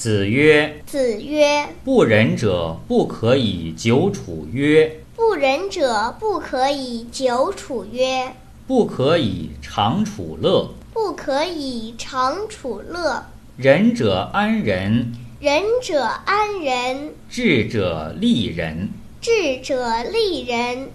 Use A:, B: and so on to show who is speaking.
A: 子曰
B: 子曰：“
A: 不仁者不可以久处曰：“
B: 不仁者不可以久处曰：
A: 不可以长处乐。
B: 不可以长处乐。
A: 仁者安仁，
B: 仁者安仁，
A: 智者利人。”
B: 智者利人。”